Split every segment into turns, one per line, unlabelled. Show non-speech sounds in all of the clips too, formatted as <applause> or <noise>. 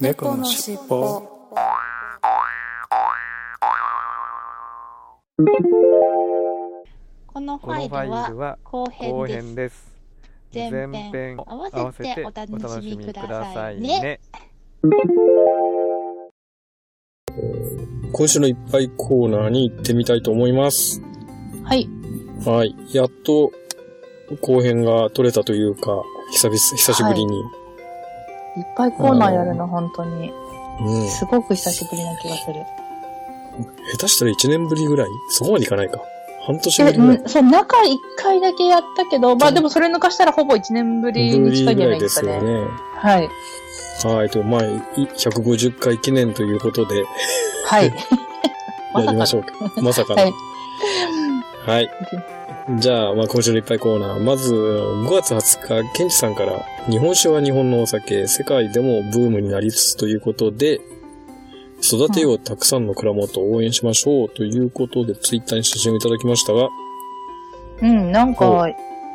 猫のしっぽ。
このフ
この
ァイ
ファ
ル
イル
は
は
後
後
編
編
です。
です。
前編
編
合わせてお楽しみくださいね。
ね。
今週のいっぱいコーナーに行ってみたいと思います。
はい。
はい。やっと、後編が取れたというか、久々、久しぶりに。
いっぱいコーナーやるの、本当に。
うん。
すごく久しぶりな気がする。
下手したら1年ぶりぐらいそこまでいかないか。半年ぶ
え、
りぐらい。
うん、そう、中1回だけやったけど、まあでもそれ抜かしたらほぼ1年ぶり
ぶ
に
り
近いんじ
ぐら
ゃないい
で
です
す
か
よ
ね。
ね。
はい。
はい。と、まあ、い150回記念ということで、
はい。ま
やり
さかの
ましょうか。まさかの。
はい。
はい。じゃあ、まあ、今週のいっぱいコーナー。まず、5月20日、ケンチさんから、日本酒は日本のお酒、世界でもブームになりつつということで、育てようたくさんの蔵元を応援しましょうということで、ツイッターに写真をいただきましたが、
うん、なん
そ
か、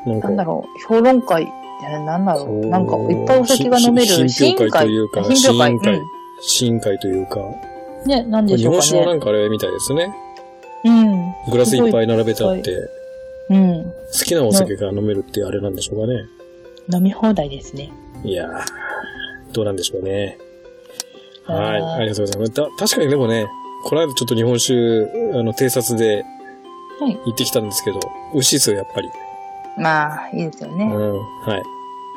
なん
なんだ
か、
ろう、評論会じゃない、なんだろ
おー
う、なんか、いっぱいお酒が飲める、
品評会というか
試
試飲
飲会
会
う
試飲会というか、
ん。ね、なんで
日
しょう
本
か
酒はな
ね。
んかあれみたいですね。
うん。
グラスいっぱい並べてあって、
うん。
好きなお酒が飲めるってあれなんでしょうかね。
飲み放題ですね。
いやー、どうなんでしょうね。はい、
あー
ありがとうございます。だ確かにでもね、この間ちょっと日本酒、あの、偵察で
はい
行ってきたんですけど、美味しいですよ、やっぱり。
まあ、いいですよ
う
ね。
ん、はい。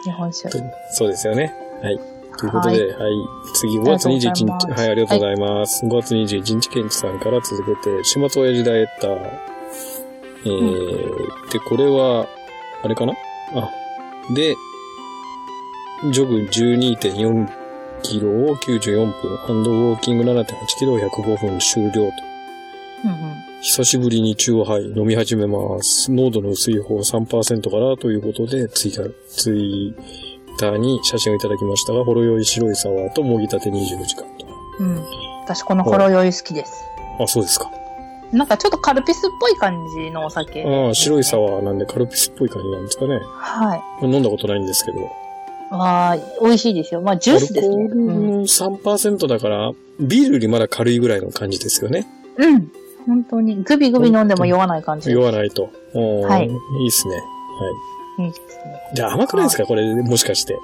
日本酒。
とそうですよね。はい。ということで、はい。次、5月
ありがとうござ
21
います
日、はい、ありがとうございます。5月21日、ケンチさんから続けて、始末親父ダイエッター。えー、で、これは、あれかなあ、で、ジョグ12.4キロを94分、ハンドウォーキング7.8キロを105分終了と。
うんうん。
久しぶりに中和杯飲み始めます。濃度の薄い方3%からということで、ツイッター、ツイッターに写真をいただきましたが、ほろ酔い白いサワーともぎたて24時間と。
うん。私、このほろ酔い好きです。
あ、そうですか。
なんか、ちょっとカルピスっぽい感じのお酒。
ああ、白いサ
ワ
ワーなんでカルピスっぽい感じなんですかね。
はい。
飲んだことないんですけど。
わー、美味しいですよ。まあ、ジュースですね。
アルコール
うん。
の3%だから、ビールよりまだ軽いぐらいの感じですよね。
うん。本当に、グビグビ飲んでも酔わない感じ。
酔わないと。うん
はい
いいですね。はい
いですね。
い。じゃあ甘くないですかこれ、もしかして。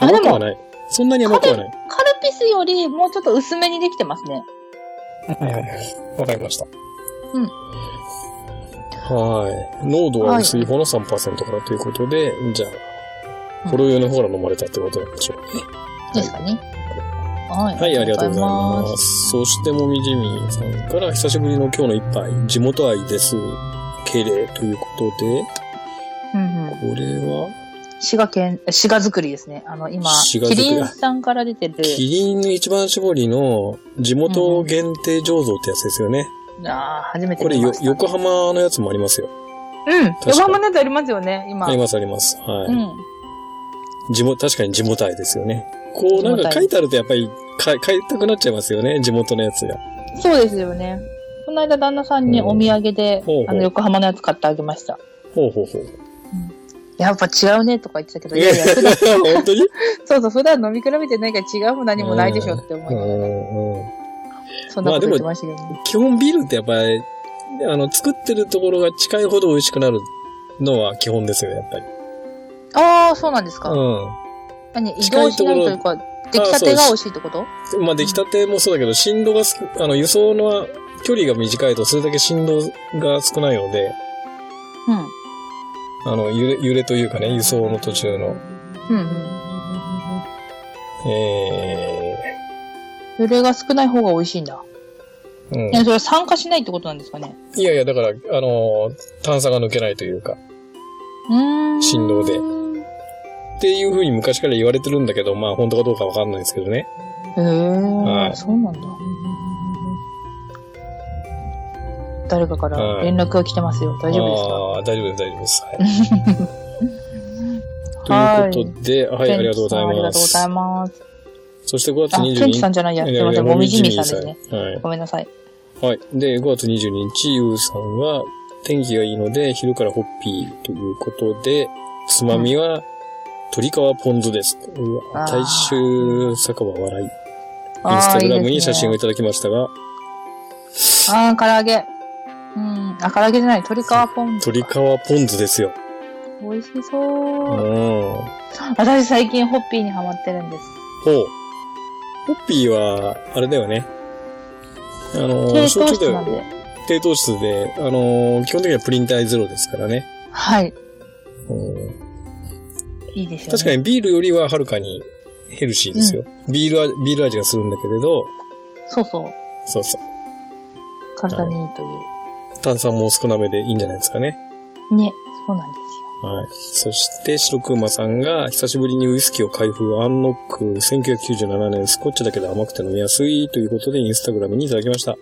あでも
甘くはない。そんなに甘くはない。
カルピスよりもうちょっと薄めにできてますね。
はいはいはい。わかりました。
うん
はい。濃度は薄い方の3%からということで、じゃ
う
あ、
ん
ほろ酔いの方から飲まれたってことなんでしょう。
ですかね。はい。
はい、ありがとうござい
ありがとうござい
ま
ます
す。そして、もみじみさんから、久しぶりの今日の一杯、地元愛です。敬礼ということで、
うんうん。
これは、
滋賀県、え滋賀作りですね。あの、今、
滋賀
キ
作り
リンさんから出てる、
キリンの一番搾りの地元限定醸造ってやつですよね。
ああ、初めて
これ
見
よ
ま、した。
横浜のやつもありますよ。
うん。
か
横浜のやつありますよね、今。
ありますあります。はい。
うん。
地元、確かに地元愛ですよね。こう、なん
地元
か
愛
書いてあるとやっぱりか買いたくなっちゃいますよね、地元のやつが。
そうですよね。この間旦那さんにお土産で、
ほうほう
あの、横浜のやつ買ってあげました。
ほうほうほう。
やっぱ違うねとか言ってたけど、い
い
や
や
い
いや
や、普段、
<laughs> 本当に
そうそう、普段飲み比べてないから違うも何もないでしょって思
う
いながら、
んうん。
そんなこと言ってましたけどね。
基本ビールってやっぱり、あの、作ってるところが近いほど美味しくなるのは基本ですよ、やっぱり。
ああ、そうなんですか。
う
何移
近
動
いと
し
こ
な
ろ
いというか、出来たてが美味しいってこと
ん。まあ、出来たてもそうだけど、振動がす、あの、輸送の距離が短いとそれだけ振動が少ないので、
うん。
あの、揺れ、揺れというかね、輸送の途中の。
うんうん。
え
揺れが少ない方が美味しいんだ。
ー、うん
い。や、それは酸化しないってことなんですかね。
いやいや、だから、あのー炭酸が抜けないというか、
うーん。
振動で。っていう風に昔から言われてるんだけど、まあ、本当かどうかわかんないですけどね。
へえ
はい
そうなんだ。誰かから連絡が来てますよ。大丈夫ですか
ああー、大丈夫です、大丈夫です。はい。
<laughs>
ということで、はい、ありがとうござい
ケンチさんあり
ま
がとうご
す
ざい。ます。
そして5月
あ、
22日。
ケンチさんじゃないや。す
い
いません。もみじみさんですね。
さんはい。
ごめんなさい。
はい。で、5月22日、ゆうさんは、天気がいいので、昼からホッピーということで、つまみは、鳥川ポン酢です。うわ
あー
大衆酒場笑い。イン
あー
スタグラム
いい
に
ですね
写真をいただきましたが、
あー、唐揚げ。うん。あ、唐揚げじゃない。鶏皮ポン酢。
鳥川ポン酢ですよ。
美味し
うん。
そう。
ほ
私最近ホッピーにハマってるんです。
う。ホッピーは、あれだよね。あのー、
低
焼
糖
酎だ
質な
よ
ん。で。
低糖質で、あのー基本的にはプリン体ゼロですからね。
はい。
うん
いいですよね。
確かにビールよりははるかにヘルシーですよ。ビール味、ビール味がするんだけれど、
そうそう。
そうそう。
体にいいという。
炭酸も少なめでいいんじゃないですかね。
ね。そうなんですよ。
はい。そして、白くまさんが、久しぶりにウイスキーを開封、アンロック、1997年、スコッチだけで甘くて飲みやすいということで、インスタグラムにいただきました。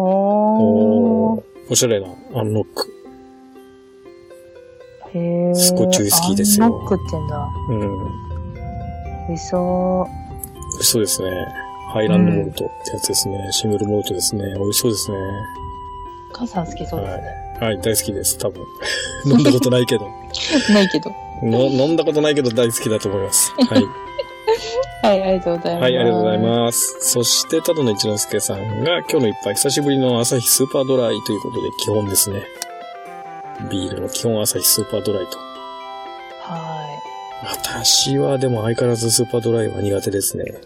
おー。
ーおしゃれなアンロック。
へー。
スコッチウイスキーですよ
アンロックってんだ。
うん。
美味しそう。
美味しそうですね。ハイランドモルトってやつですね。シングルモルトですね。美味しそうですね。
母さん好きそうですね。
はい、大好きです、多分。 <laughs> 飲んだことないけど。
ないけど。
の飲んだことないけど大好きだと思い
<laughs>
ます。はい。
はい、ありがとうございます。
はい、ありがとうございます。そして、ただの一之輔さんが、今日の一杯、久しぶりの朝日スーパードライということで、基本ですね。ビールの基本朝日スーパードライと。
す。は
私はでも相変わらずスーパードライは苦手ですね。
い。う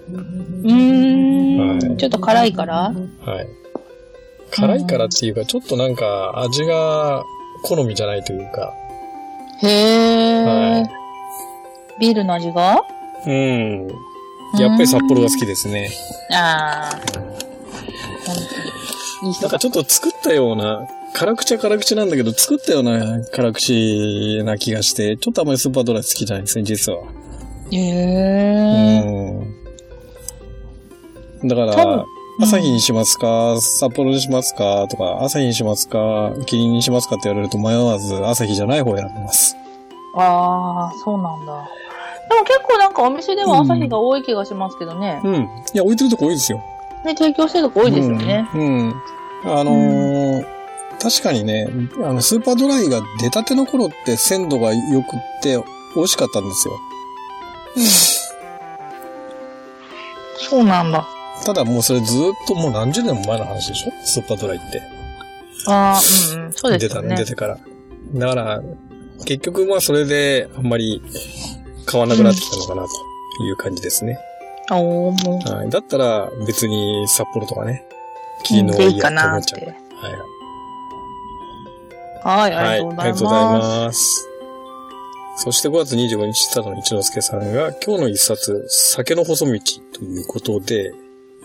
ーん、
はい
ちょっと辛いから
はい。辛いからっていうか、ちょっとなんか味が好みじゃないというか。
へえ、
はい
ビールの味が
うん。やっぱり札幌が好きですね。
ああ。いい
な
人
んか
だ。
ちょっと作ったような、辛口は辛口なんだけど、作ったような辛口な気がして、ちょっとあんまりスーパードライ好きじゃないですね、実は。
へ
う
え。
ん。だか
多分う
ら、朝日にしますか、札幌にしますか、とか、朝日にしますか、キリンにしますかって言われると迷わず、朝日じゃない方を選びます。
ああ、そうなんだ。でも結構なんかお店では朝日が多い気がしますけどね。
うん。いや、置いてるとこ多いですよ。
ね、提供してるとこ多いですよね。
うん。うんあのー確かにね、あの、スーパードライが出たての頃って鮮度が良くって美味しかったんですよ。
そうなんだ。
ただもうそれずーっともう何十年も前の話でしょスーパードライって。
ああ、うんうん。そうで
出
す
た
よ
ね、
ね
出。てから。だから、結局まあそれであんまり買わなくなってきたのかなという感じですね。
あおーもう。
はい。だったら別に札幌とかね、キリンの方が
で
い
い
い
い
や
か
と思
な
っ
っ
ちゃう。
て。
はい。
はい、
は
あ
い、あ
り
り
がと
が
うご
とう
ざ
ご
い
ざいま
ます。
す。そして5月25日、ただの一之輔さんが、今日の一冊、酒の細道ということで、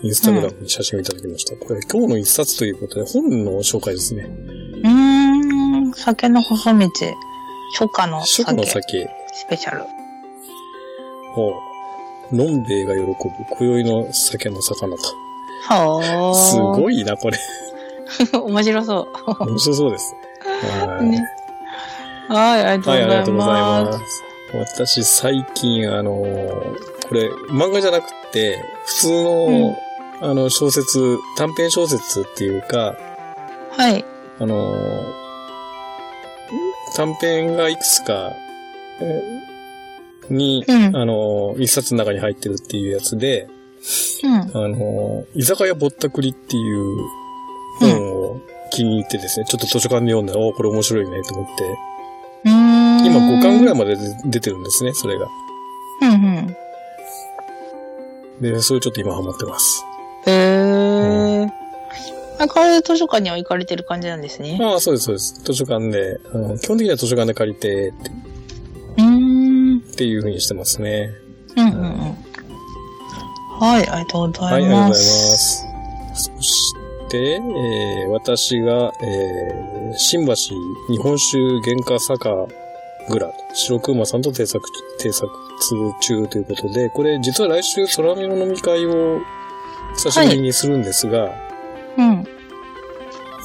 インスタグラムに写真をいただきました。これ、今日の一冊ということで、本の紹介ですね。
うーん、酒の細道。初夏の
初
酒
夏の酒、
スペシャル。
を、のんべえが喜ぶ、今宵の酒の魚と。
はあ。
すごいな、これ。
<laughs> 面白そ
面白そう
<laughs>
です。は
う。
い
ね。はい、あり
はい、あり
が
が
と
と
う
う
ご
ご
ざ
ざ
い
い
ま。
ますす。私、最近、あのこれ、漫画じゃなくて、普通の、あの、小説、短編小説っていうか、
はい。
あの短編がいくつか、えーに、
うん
あの一冊の中に入ってるっていうやつで、
うん。
あの居酒屋ぼったくりっていう本を気に入ってですね、ちょっと図書館で読んだら、おーこれ面白いねと思って、今
今
5巻ぐらい
い。
まで出出てるんですね、それが。
うんうん。
で、それちょっと今ハマってます。
へえ。あ、これ図書館には行かれてる感じなんですね。
ああ、そうです、そうです。図書館で、あの基本的には図書館で借りてって
うーん。うん
っていう風にしてますね。
うんうん。はい、ありがとうご
は
ざ
い、あり
い
がとうございま
ます。
す。そして、えー私が、えー新橋日本酒原価酒蔵、白熊さんと定作、定作中ということで、これ実は来週空見の飲み会を久しぶりにするんですが、
うん。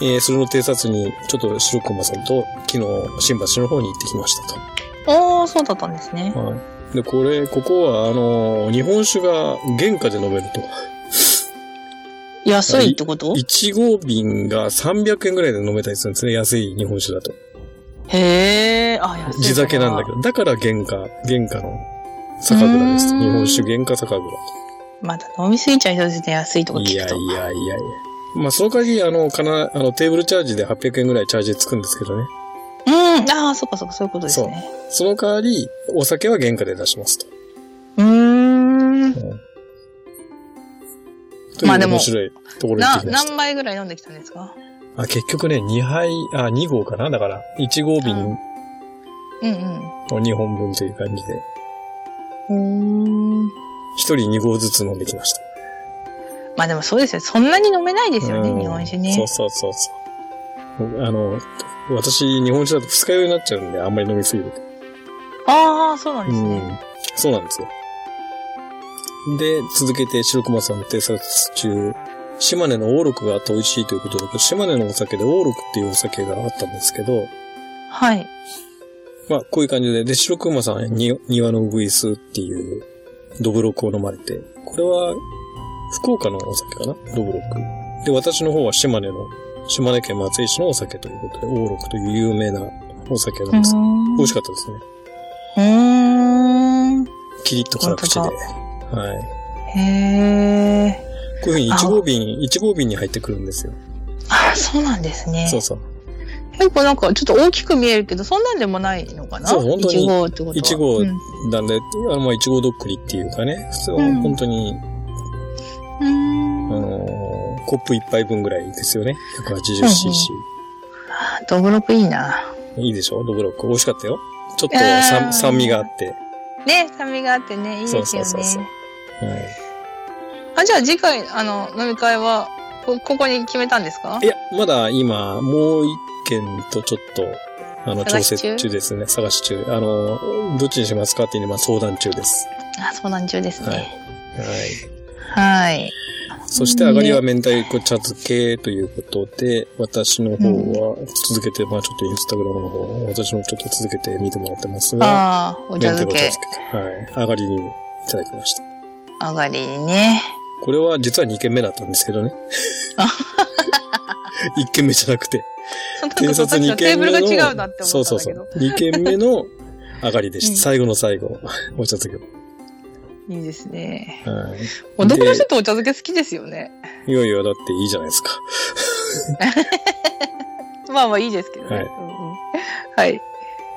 えーそれの偵察に、ちょっと白熊さんと昨日、新橋の方に行ってきましたと。
おー、そうだったんですね。
はい。で、これ、ここは、あのー日本酒が原価で飲めると。
安いってこと
1号瓶が300円ぐらいで飲めたりするんですね。安い日本酒だと。
へえ、あ、安い。
地酒なんだけ
ど。
ど、だから原価、原価の酒蔵です。
うーん
日本酒原価酒蔵。
まだ飲みすぎちゃいそうですね、安いとこ聞
いや
く
い
と。
やいやいや。まあ、その代わり、あの、かな、あの、テーブルチャージで800円ぐらいチャージつくんですけどね。
うん、ああ、そっかそっか、そういうことですね。
その代わり、お酒は原価で出しますと。
うーん。
という
まあでも
面白いところに行ってき
な、
ました。
何杯ぐらい飲んできたんですか
あ、結局ね、2杯、あ、2号かなだから、1号瓶
うんうん
の2本分という感じで、1。
うーん。
人2号ずつ飲んできました。
まあでもそうですよ。そんなに飲めないですよ
う
ね、
ん
日本酒ね。
そうそうそうそう。あの、私、日本酒だと二日酔いになっちゃうんで、あんまり飲みすぎると。
ああ、そうなん
う
ですね。
ん。そうなんですよ。で、続けて白熊さん偵察中、島根の王六があって美味しいということだけど、島根のお酒で王六っていうお酒があったんですけど、
はい。
まあ、こういう感じで、で、白熊さんに、庭のウグイスっていう、ドブロクを飲まれて、これは、福岡のお酒かなドブロク。で、私の方は島根の、島根県松江市のお酒ということで、オーロクという有名なお酒なんです。美味しかったですね。
うーん。
キリッと辛口で。
本
はい。
へえ。
こういうふうに1号瓶、1号瓶に入ってくるんですよ。
ああ、そうなんですね。
そうそう。
結構なんかちょっと大きく見えるけど、そんなんでもないのかな
そう本当に
1号ってことは。
1号
うん
なんで、あの、まあ、いちごどっくりっていうかね、普通
う
は
ん
本当に、
うーん
あのーコップ1杯分ぐらいですよね。180cc。
ドブロクいいな。
いいでしょドブロック。美味しかったよ。ちょっと
あー
酸酸味があって。
ね、酸味があってね、いいです
そう
よ
そうそうそう
ね。
は
あ、じゃあ次回、あの、飲み会は、こここに決めたんですか
い。いや、まだ今、もう一件とちょっと、あの、調
探し
整
中
中ですね。探し中。あの、どっちにしますかっていうのは相談中です。
あ、そうなん中です
はい
ね。。
はい。
はい。
そして、上がりは明太子茶漬けということで、私の方は続けて、まあちょっとインスタグラムの方、私もちょっと続けて見てもらってますが、
ああ、お茶漬け
明太子茶漬け。はい。上がりにいただきました。
上がりにね。
これは実は2件目だったんですけどね。1件目じゃなくて。
そんなこ
偵
とさっ
察
きの
2
テー
件
ブ
目
ル
の。
が違うなって
そ
思
う
った
そ
ん
う
だ
そ
けど
う。。2件目の上がりでし
う
た。
ん
最後の最後。お茶漬
いいですね。
け。はい。
男の人ってお茶漬け好きですよね。
いよいよだっていいじゃないですか。
まあまあいいですけどね。
はい
うんうんはい。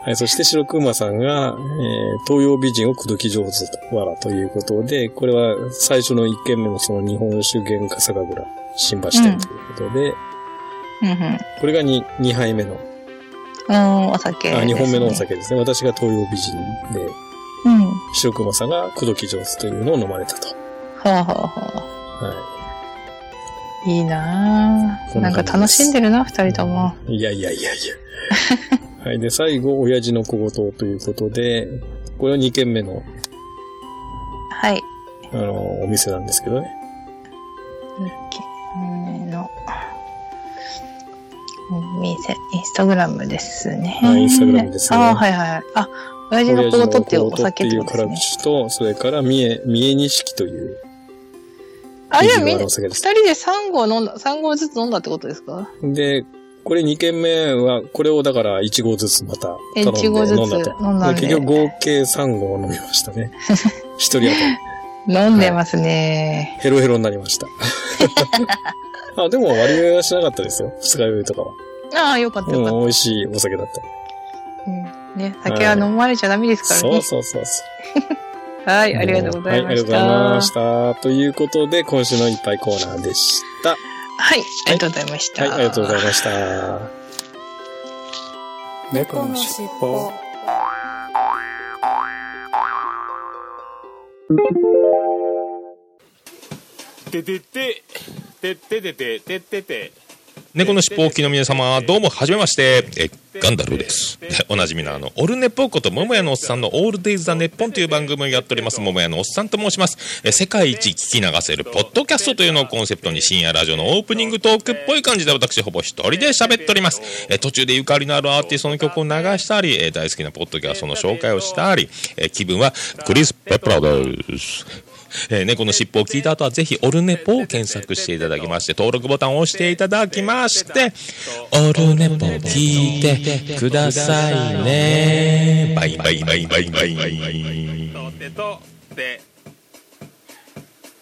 はい。そして白熊さんが、えー東洋美人を口説き上手と、わらということで、これは最初の1件目のその日本酒原価酒蔵、新橋店ということで、
うんうん。
これが 2, 2杯目の、
うん、お酒、
あ、2本目のお。酒ですね。私が東洋美人で、
うん。
白熊さんが口説き上手というのを飲まれたと。
はあ、はあは
は
あ、いいな
こ
あ
んな
な
感
ん
じです
か楽しんでるな、二人とも。
い。いやいやいやい <laughs> や。はい。で、最後、親父の小言ということで、これは2軒目の、
はい。
あの、お店なんですけどね。
うんの、お店、インスタグラムですね。
あインスタグラムですね
あはいはいはい。あ、親父の小言っていうお酒って
親
こ
父
とで
の小言っていう
す
辛
ね。
口と、それから、三重、三重錦という、
あ、じゃあみ
水
ん
の
な、
お酒で
二
す。
人で三合飲んだ、三合ずつ飲んだってことですか
で、これ2軒目は、これをだから1合ずつまた
え
頼んで
1合ずつ
飲んだと。
飲んだんで
結局合計3合飲みました
<laughs>
ね。1人当たり。
飲んでますね。
ヘロヘロになりま
<laughs>
した。あでも割り合いはしなかったですよ。二日酔いとかは。
ああ、よかったよ
う
かった。
ん、美味しいお酒だった。
うんね、酒は飲まれちゃダメですから
そ
ね
う。そうそうそ
は
う。
い、ありがとうござ
は
いました。
い、ありがとうございました。ということで、今週のいっぱいコーナーでした。はい、
はい、ありがとうございました。
ありがとうございました。
猫のしっぽ。
てててててててててて
猫のしっぽおっきの皆様どうもはじめましてえガンダルーです <laughs> でおなじみのあのオルネポこと桃屋のおっさんの「オールデイズ・ザ・ネッポン」という番組をやっております桃屋のおっさんと申しますえ世界一聞き流せるポッドキャストというのをコンセプトに深夜ラジオのオープニングトークっぽい感じで私ほぼ一人で喋っておりますえ途中でゆかりのあるアーティストの曲を流したりえ大好きなポッドキャストの紹介をしたりえ気分はクリス・ペプラーですえー猫の尻尾を聞いた後はぜひオルネポを検索していただきまして、登録ボタンを押していただきまして、オルネポ聞いてくださいね。バイバイバイバイバイバイ。
とってとっ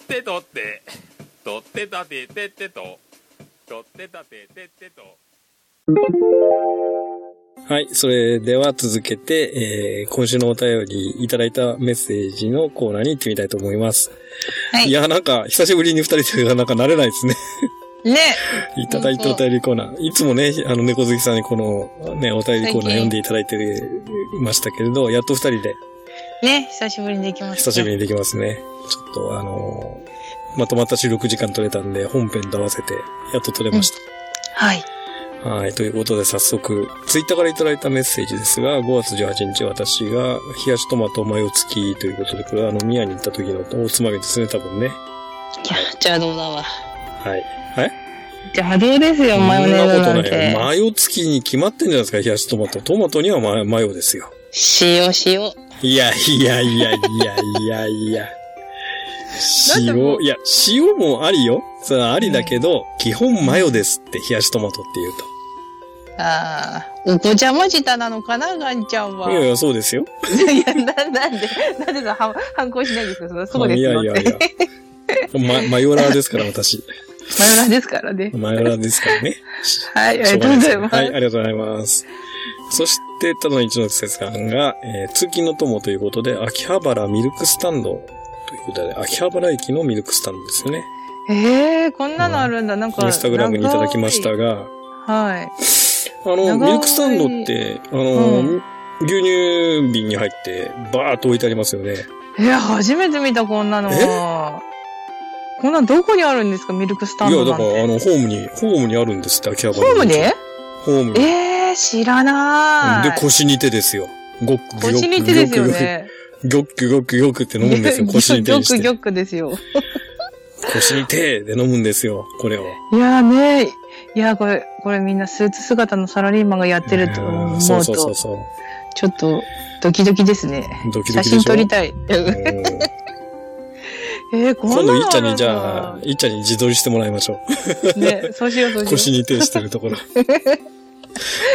ててとってとってたててってととってたててってと
はい。それでは続けて、えー、今週のお便りいただいたメッセージのコーナーに行ってみたいと思います。
はい
いや、なんか、久しぶりに二人でなんか慣れないですね。
ね。
いただいたお便りコーナー。いつもね、あの、猫好きさんにこの、ね、お便りコーナー読んでいただいてましたけれど、やっと二人で
ね。久しぶりにできました。
久しぶりにできますね。ちょっと、あのーまとまった収録時間取れたんで、本編と合わせて、やっと取れました。
はい。
はい。ということで、早速、ツイッターからいただいたメッセージですが、5月18日、私が、冷やしトマトマヨ付きということで、これはあの、宮に行った時のおつまみですね、多分ね。
いや、邪道だわ。
はい。
邪道ですよ、マヨネーズ
そん
なん
ことない
て
よ。マヨ付きに決まってんじゃないですか、冷やしトマト。トマトにはママヨですよ。
塩、塩。
いやいやいやいやいやいや。
なんでも
塩、いや、塩もありよ。それはありだけど、基本マヨですって、冷やしトマトって言う
ああ、お子ちゃま舌なのかな、ガンちゃんは。
と。いやいや、そうですよ。
いや、な、なんで、なんでの反反抗しないんですかそのそうですよ
い
っ
やいやい
て。
や。ま、マヨラーですから、私。
マヨラーですからね。
マヨラーですからね。
<laughs> はい、ありがとうございます。
はい、ありがとうございます。そして、ただの一の季節感が、えー通勤の友ということで、秋葉原ミルクスタンドということで、秋葉原駅のミルクスタンドですよね。
ええー、こんなのあるんだ。なんか、
インスタグラムにいただきました
長い。
が、
はい。
あの、
長い
ミルクスタンドって、あの、
うん
牛乳瓶に入って、バーっと置いてありますよね。
いや、初めて見た、こんなのは。こんなんどこにあるんですか、ミルクスタン
いや、
ド
だ
なん
か
て。
ら、あの、ホームに、ホームにあるんですって、秋葉
ホ
原
ーム
に
で
ホームに。
ええー、知らない。
で、腰に手ですよ。ごっくごっく
腰に手ですよね。
ごっくごっくごっくって飲むん
<laughs>
ですよ、腰に手にして
ギョックギョ。ックですよ。
腰に手で飲むんですよ、これを。
いやーね、いやーこれ、これみんなスーツ姿のサラリーマンがやってると思
うん
う
そう
と、
そうそうそう。
ちょっとドキドキですね。
ドキド
写
キで
真
しょ。
撮りたい。え
うん
ー、 <laughs> こんな
今
の
度、いっ
あ
ちゃ
る
んに、
んだ
じゃあ、いっちゃんに自撮りしてもらいましょう。
ね、そうしよう、
<laughs>
そうしよう。
腰に手してるとこ
<laughs>
ろ。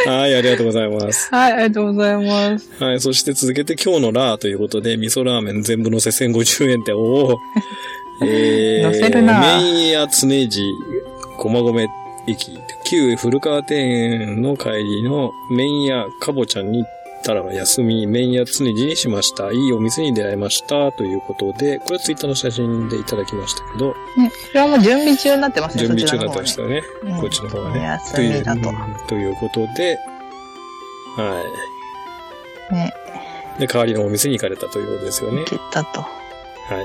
はい、ありがとうございます。
はい、ありがとうございます。
はい、そして続けて今日のラーということで、味噌ラーメン全部乗せ1050円って、
<laughs>
おお。えー、
乗せるな
メインや常時、駒込駅、旧古川庭園の帰りのメインやかぼちゃんにたら休み、メインや常時にしました。いいお店に出会いました。ということで、これツイッターの写真でいただきましたけど、
ね、これはもう準備中になってますね、
準備中だった
そ
まし
ち
たよね。
らの方は
こ
ね
っちの方は
う
ね。
んお休みだと
といううんということで、は
うんね、
い。で、代わりのお店に行かれたということですよね
行。けたと。
はい。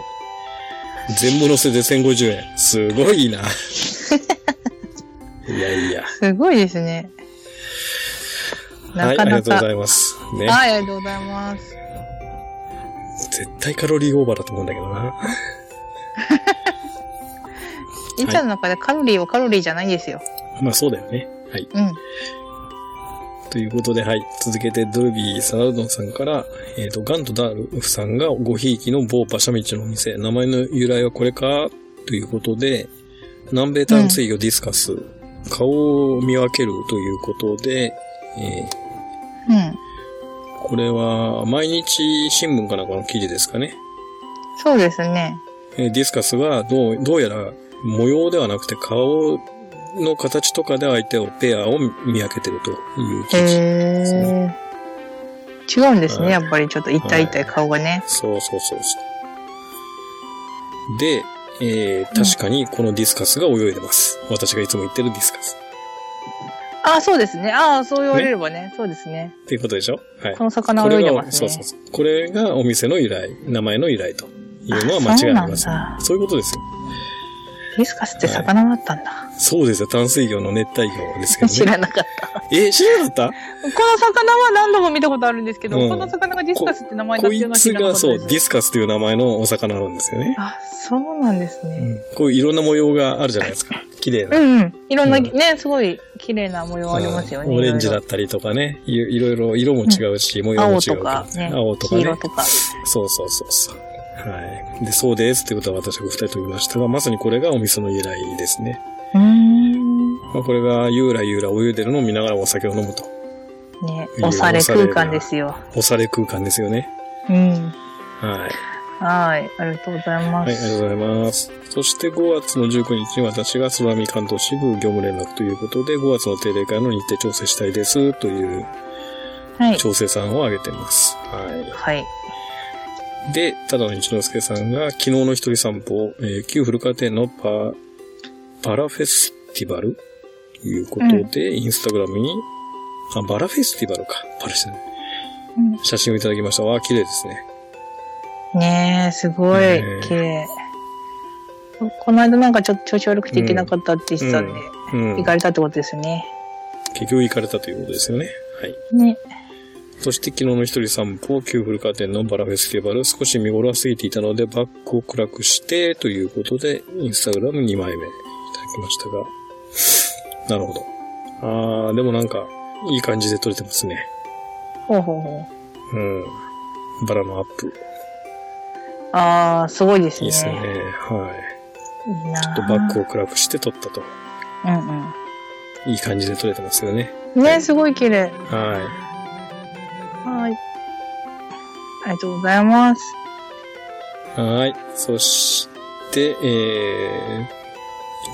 全部乗せで1050円。すごい
<laughs>
な。いやいや。
すごいですね。
は、
ない
あ
か
り
な
がとうご
か。
ざいます。ね。
はい、ありがとうございます。
絶対カロリーオーバーだと思うんだけどな。
いっちゃんの中でカロリーはカロリーじゃないんですよ。
まあそうだよね。はい。
うん。
ということで、はい。続けて、ドルビー・サラルドンさんから、えっ、と、ガンとダルフさんがごひいきの某馬車道のお店、名前の由来はこれかということで、南米淡水魚ディスカス、顔を見分けるということで、えー
うん。
これは、毎日新聞かなんかの記事ですかね。
そうですね。
えーディスカスはどう、どうやら模様ではなくて顔の形とかで相手を、ペアを見分けてるという記事。
へ
す
え。違うんです
は
ね、
い
やっぱりちょっと一体一体顔がね。
そうそうそうそう。で、えー確かにこのディスカスが泳いでます。私がいつも言ってるディスカス。
あ、そうですね。ああ、そう言われればね。そうですね。
っていうことでしょはい。
この魚
こ
泳い
れ
で
が、
ます
そ
ね。
うそうそう。これがお店の由来、名前の由来というのは間違いありません。
あそうなんだ
そういうことですよ。
ディスカスって魚だったんだ。
そうですよ。淡水魚の熱帯魚ですけど
知
ね。
らなか <laughs> った。
え、知らなかっ
この魚は何度も見たことあるんですけど、
うん
この魚がディスカスって名前
た
だっ
こ
ていう
い
のは知
つ
らなか
が、
った
そう、ディ
です。
スカスという名前のお魚なんですよね。
あ、そうなんですね。
こういういろんな模様があるじゃないですか。綺麗な
う。んうん。いろんな、
うん
ね、すごい綺麗な模様ありますよね。
オレンジだ
っ
ったりとかね。いいろいろ色も違うし、模様も違
青
う
とか、ね、
青とか
黄
ね
色。とか。
そうそうそうそう。はい。で、そうですってことは私は二人と言いましたが、まさにこれがお店の由来ですね。
うーん。
まあ、これが、ゆうらゆうらお湯でるのを見ながらお酒を飲むと。
ね、
いや
おされ空間ですよ。
おされ空間ですよね。
うん。
はい。
はい。ありがとうございま
はい、ありが
す。
とうございます。そして5月の19日に私が空見関東支部業務連絡ということで、5月の定例会の日程調整したいですという
はい。
調整さんを挙げてます。は
はい。
い。で、ただの一之輔さんが昨日の一人散歩、えー旧古川店のパ、パラフェスティバルということで、インスタグラムに、あ、バラフェスティバルか。パラシ
うん
写真をいただきました。わあ、綺麗ですね。
ねえ、すごい
ねえ、
綺麗。この間なんかちょっと調子悪くて行けなかったって言ってたんで、
うん。
行かれたってことですね。
結局行かれたということですよね。はい。
ね。
そして昨日の一人散歩、旧古川店のバラフェスティバル、少し見頃は過ぎていたので、バックを暗くして、ということで、インスタグラム2枚目いただきましたが。なるほど。あー、でもなんか、いい感じで撮れてますね。
ほうほうほ
うん。バラのアップ。
う。ああ、すごいです
いい
ね。
ですね。はい。
いいな
ちょ
あ
っとバックを暗くして撮ったと。
うん
いい感じで撮れてますよね。
うん。ねえ、すごい綺麗。
は
はい。ありがとうございます。
い。はい。そして、え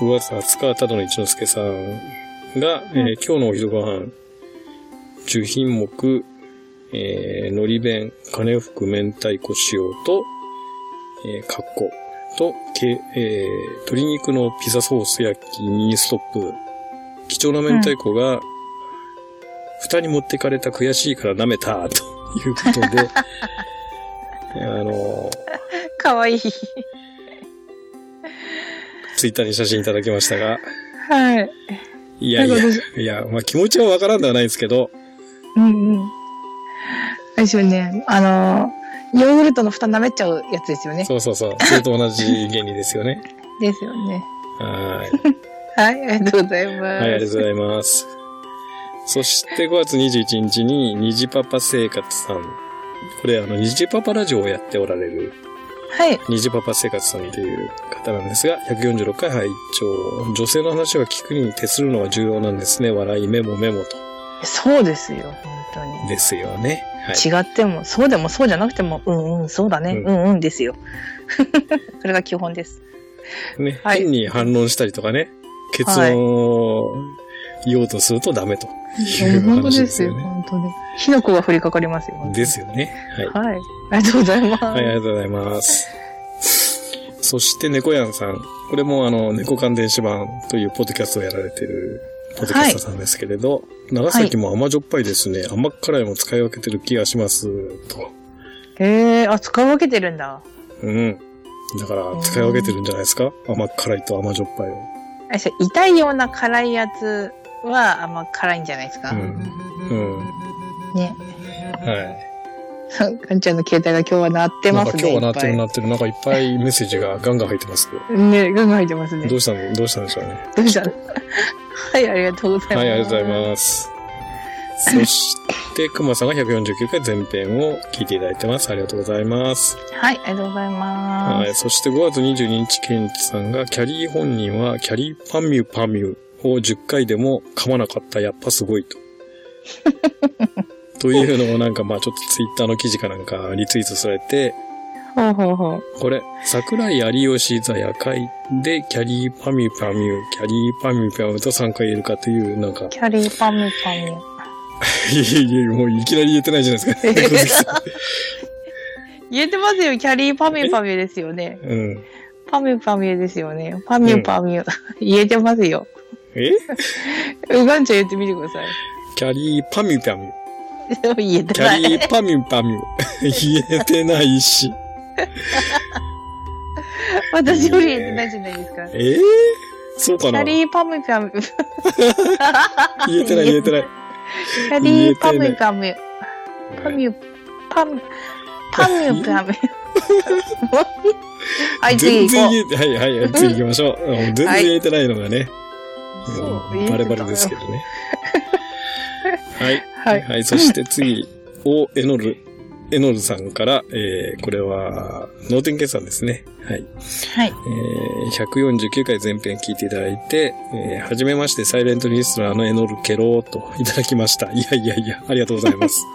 ー、5月20日、ただの一之輔さんが、えー今日のお昼ご飯、10品目、えー、海苔弁、金福明太子塩と、えー、かっこと、けえー、鶏肉のピザソース焼きミニストップ。貴重な明太子が、蓋に持ってかれた悔しいから舐めた、ということで、あのー、
かわいい。
ツイッターに写真いただきましたが、
はい。
いやいや
なんか、
いや、まあ気持ちはわからんではないですけど、
うんうん。あれですよね。あの、ヨーグルトの蓋舐めちゃうやつですよね。
そうそうそう。それと同じ原理ですよね。
ですよね。
はい。
はい、ありがとうございます。
はい、ありがとうございます。そして5月21日に、虹パパ生活さん。これ、あの、虹パパラジオをやっておられる、
はい。
虹パパ生活さんという方なんですが、146回拝聴女性の話は聞くに徹するのが重要なんですね。笑い、メモ、メモと。
そうですよ、本当に。
ですよね。はい。
違っても、そうでもそうじゃなくても、うんうん、そうだね、
うん
うんうんですよ。それが基本です。
ね、
はい
変に反論したりとかね、結論を言おうとするとダメという
本当
話
で
です
す
よ
よ、
ね。
本当に。火の粉が降りかかりますよ。
ですよね。はい。
はい。ありがとうございます。
はい、ありがとうございます。そして、猫やんさん。これも、あの、猫缶電子版というポッドキャストをやられてる、ポッドキャスターさんですけれど、長崎も甘じょっぱいですね。甘辛いも使い分けてる気がします、と。
へえー、あ、使い分けてるんだ。
うん。だから、使い分けてるんじゃないですか甘辛いと甘じょっぱいを。
あそう痛いような辛いやつは、あんま辛いんじゃないですか。
うん。うん。
ね。
はい。
かんちゃんの携帯が今日は鳴って
なん
ま
か
すね。
今日はなってる
い
な
っ
ってる。なんかいっぱいメッセージがガンガン入ってますけど。
ぱいね、ガンガン入ってますね。
ど
ど
うしたのどうしたんでしょうね。
うしたのはい、ありがとうございます。
はい、ありがとうございます。そして、くまさんが149回前編を聞いていただいてます。ありがとうございます。
す。はい、ありがとうございます。
はい。そして5月22日、ケンチさんが、キャリー本人は、キャリーパミュパミュを10回でも噛まなかった。やっぱすごいと。というのをなんかまあちょっとツイッターの記事かなんかリツイートされて、
ほうほうほう。
これ、桜井有吉座夜会で、キャリーパミュパミュ、キャリーパミュパミュと3回言えるかという、なんか、
キャリーパミパミ。
いやいやもういきなり言えてないじゃないですか。猫好きさ
言えてますよ、キャリーパミュパミュですよね。
んうん。
パミュパミュですよね。パミュパミュ。 <laughs> 言えてますよ。
え
うがんちゃん言ってみてください。
キャリーパミュパミュ。
でも言え
キ
てな
ャ
い。 <laughs>
リーパミュパミュ。言えてないし。
私より言えてないじゃないですか。キ
えー、そうかな
ャ
言
リーパミュパミュ。キ
えてない言えてない。
ャリーパミュパミュ。パミュ、パミュ、パミュパミ <laughs> ュ。はい、次
全
行
然
こ
言えて、はいはいはい、次行きましょう。もう全然
はい
言えてないのがね。
そう
もう
言えて
バ
た
レバレですけどね。はい。
う。はい。
はい、そして次、お、エノル。エノルさんから、えー、これは、脳天検査ですね。はい。
はい。
えー149回前編聞いていただいて、えーはじめまして、サイレントリストラーのエノルケローといただきました。いやいやいや、ありがとうござい
<laughs>
ます。